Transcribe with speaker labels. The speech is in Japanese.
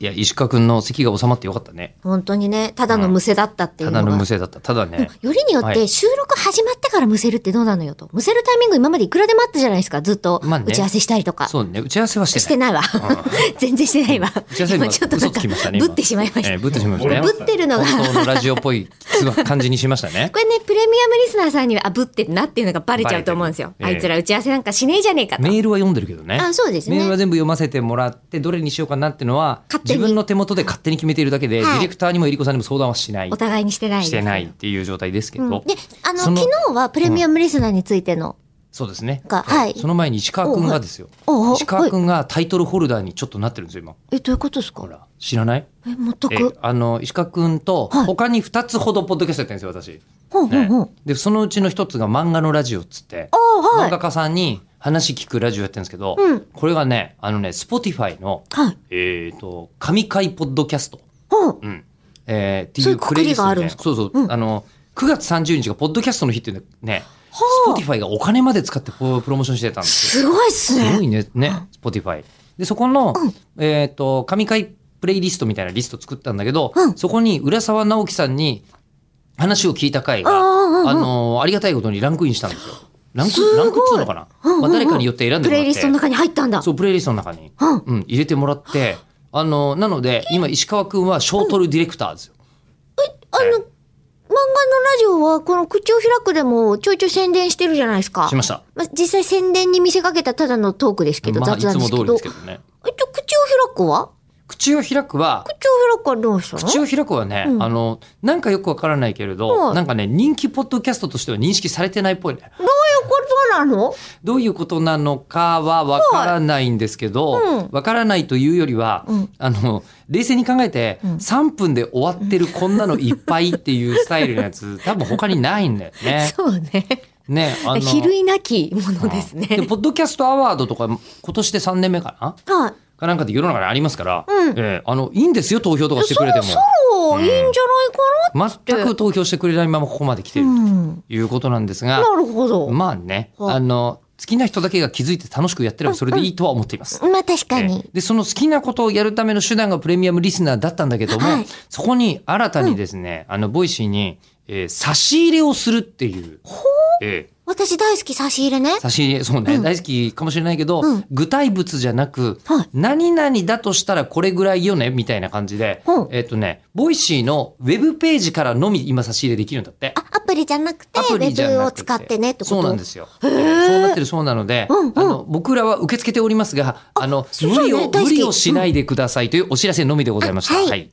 Speaker 1: いや、石川君の席が収まってよかったね。
Speaker 2: 本当にね、ただのむせだったってい
Speaker 1: た
Speaker 2: うのが。
Speaker 1: だの無声だった。ただね。
Speaker 2: よりによっ
Speaker 1: は
Speaker 2: て
Speaker 1: い
Speaker 2: 収録始まってからむせるってどうなのよと。むせるタイミング今までいくらでもあったじゃないですか。ずっと
Speaker 1: まあね
Speaker 2: 打ち合わせしたりとか。
Speaker 1: そうね、打ち合わせはしてない。
Speaker 2: してないわ。 全然してないわ。
Speaker 1: 打ち合わせに
Speaker 2: 今
Speaker 1: は
Speaker 2: ちょっとな
Speaker 1: 嘘
Speaker 2: ん
Speaker 1: つ
Speaker 2: か、
Speaker 1: きましたね。
Speaker 2: ぶってしまいました。
Speaker 1: ええぶってしまいましたね。
Speaker 2: ぶってるのが
Speaker 1: 本当のラジオっぽい感じにしましたね
Speaker 2: こ。れね、プレミアムリスナーさんには、あ、ぶってんなっていうのがバレちゃうと思うんですよ。
Speaker 1: バ
Speaker 2: あ
Speaker 1: レてる
Speaker 2: いつら打ち合わせなんかしねえじゃねえかと。
Speaker 1: メールは読んでるけどね。
Speaker 2: あそうですね
Speaker 1: メールは全部読ませてもらって、どれにしようかなってのは、
Speaker 2: 勝手に
Speaker 1: 自分の手元で勝手に決めているだけで、
Speaker 2: はい
Speaker 1: ディレクターにもえりこさんにも相談はしない
Speaker 2: お。互いにしてないです
Speaker 1: してないっていう状態ですけ
Speaker 2: う
Speaker 1: ど。
Speaker 2: んで、あの、
Speaker 1: そ
Speaker 2: 昨
Speaker 1: の
Speaker 2: 日はプレミアムリスナーについての、
Speaker 1: そうですね。
Speaker 2: がはい
Speaker 1: その前に石川君がですよ
Speaker 2: おうはいおう。
Speaker 1: 石川君がタイトルホルダーにちょっとなってるんですよ、今。
Speaker 2: え、どういうことです
Speaker 1: ほ、
Speaker 2: から
Speaker 1: 知らない
Speaker 2: え、全
Speaker 1: え
Speaker 2: く。
Speaker 1: あの、石川君と、
Speaker 2: はい
Speaker 1: 他に2つほどポッドキャストやってるんですよ、私。
Speaker 2: ほんほん
Speaker 1: ね
Speaker 2: ほん。
Speaker 1: で、そのうちの1つが漫画のラジオっつって。
Speaker 2: ああ、は
Speaker 1: 漫
Speaker 2: い。
Speaker 1: 画家さんに話聞くラジオやってるんですけど、
Speaker 2: うん
Speaker 1: これがね、あのね、Spotify の、
Speaker 2: はい。
Speaker 1: えっ、と、神回ポッドキャスト。
Speaker 2: ほん。
Speaker 1: うん。えー、って
Speaker 2: そう
Speaker 1: い
Speaker 2: いう
Speaker 1: うプ
Speaker 2: くく
Speaker 1: レイ
Speaker 2: り
Speaker 1: リス
Speaker 2: が
Speaker 1: ト
Speaker 2: あるん
Speaker 1: で、
Speaker 2: ですか
Speaker 1: そうそう、
Speaker 2: うん
Speaker 1: あの、9月30日がポッドキャストの日っていうのね、
Speaker 2: はあ
Speaker 1: Spotify がお金まで使ってプロプロモーションしてたんですよ。
Speaker 2: すごいっす
Speaker 1: すご
Speaker 2: ね。
Speaker 1: いね、ね、Spotify。で、そこの、えっ、と、神回プレイリストみたいなリスト作ったんだけど、
Speaker 2: うん
Speaker 1: そこに浦沢直樹さんに話を聞いた回が、
Speaker 2: ああああ
Speaker 1: あのーありがたいことにランクインしたんですよ。ランクイン、ランクインっていうのかな、
Speaker 2: うんうんうん
Speaker 1: まあ、誰かによって選んで
Speaker 2: プ
Speaker 1: もらって。
Speaker 2: レイリストの中に入ったんだ。
Speaker 1: そう、プレイリストの中に、
Speaker 2: うん
Speaker 1: うん、入れてもらって、あのーなので、今、石川くんはショートルディレクターですよ。
Speaker 2: あの、漫画のラジオは、この口を開くでも、ちょいちょい宣伝してるじゃないですか。
Speaker 1: しました。
Speaker 2: まあ、実際宣伝に見せかけたただのトークですけど、
Speaker 1: まあ、い
Speaker 2: 雑談
Speaker 1: つも
Speaker 2: ですけ
Speaker 1: 通り
Speaker 2: ど。
Speaker 1: ですけどね。
Speaker 2: えっと、口を開くは
Speaker 1: 口を開くは、
Speaker 2: 口を開くはどうしたの
Speaker 1: 口を開くはね、あの、なんかよくわからないけれど、
Speaker 2: はい
Speaker 1: なんかね、人気ポッドキャストとしては認識されてないっぽいね。
Speaker 2: どういうことなの
Speaker 1: どういうことなのかはわからないんですけど、わ、
Speaker 2: いうん
Speaker 1: からないというよりは、あの、冷静に考えて、3分で終わってるこんなのいっぱいっていうスタイルのやつ、多分他にないんだよ ね。
Speaker 2: そうね。
Speaker 1: ね、あの。
Speaker 2: 比類なきものですね。
Speaker 1: で、ポッドキャストアワードとか、今年で3年目かな
Speaker 2: はい。
Speaker 1: かなんかで世の中にありますから、
Speaker 2: うん
Speaker 1: ええあの、いいんですよ、投票とかしてくれても。
Speaker 2: そう、いいんじゃないか
Speaker 1: 全く投票してくれないままここまで来てる
Speaker 2: な。
Speaker 1: と
Speaker 2: うん。
Speaker 1: いうことなんですが、
Speaker 2: なるほど。ま
Speaker 1: まあね、
Speaker 2: はい
Speaker 1: あの、好きな人だけが気づいて楽しくやってればそれでいいとは思っています。
Speaker 2: あ、確かに
Speaker 1: ええ。で、その好きなことをやるための手段がプレミアムリスナーだったんだけども、
Speaker 2: はい
Speaker 1: そこに新たにですね、あの、ボイシーに、えー差し入れをするっていう。ええ
Speaker 2: 私大好き差し入れね。
Speaker 1: 差し入れ、そうね、大好きかもしれないけど、
Speaker 2: うん
Speaker 1: 具体物じゃなく、
Speaker 2: はい
Speaker 1: 何々だとしたらこれぐらいよね、みたいな感じで、
Speaker 2: うん
Speaker 1: えっ、とね、ボイシーのウェブページからのみ今差し入れできるんだって。
Speaker 2: あ、アプリじゃなくて、
Speaker 1: ア
Speaker 2: ウ
Speaker 1: プリじゃ
Speaker 2: ェブを
Speaker 1: なく
Speaker 2: 使ってねってこと。
Speaker 1: そうなんですすよ。そうなってるそうなので、
Speaker 2: うんうん
Speaker 1: あの僕らは受け付けておりますが、あの
Speaker 2: そう
Speaker 1: 無理
Speaker 2: そう
Speaker 1: を
Speaker 2: ね大好き
Speaker 1: 無理をしないでくださいというお知らせのみでございました。
Speaker 2: あはい
Speaker 1: はい。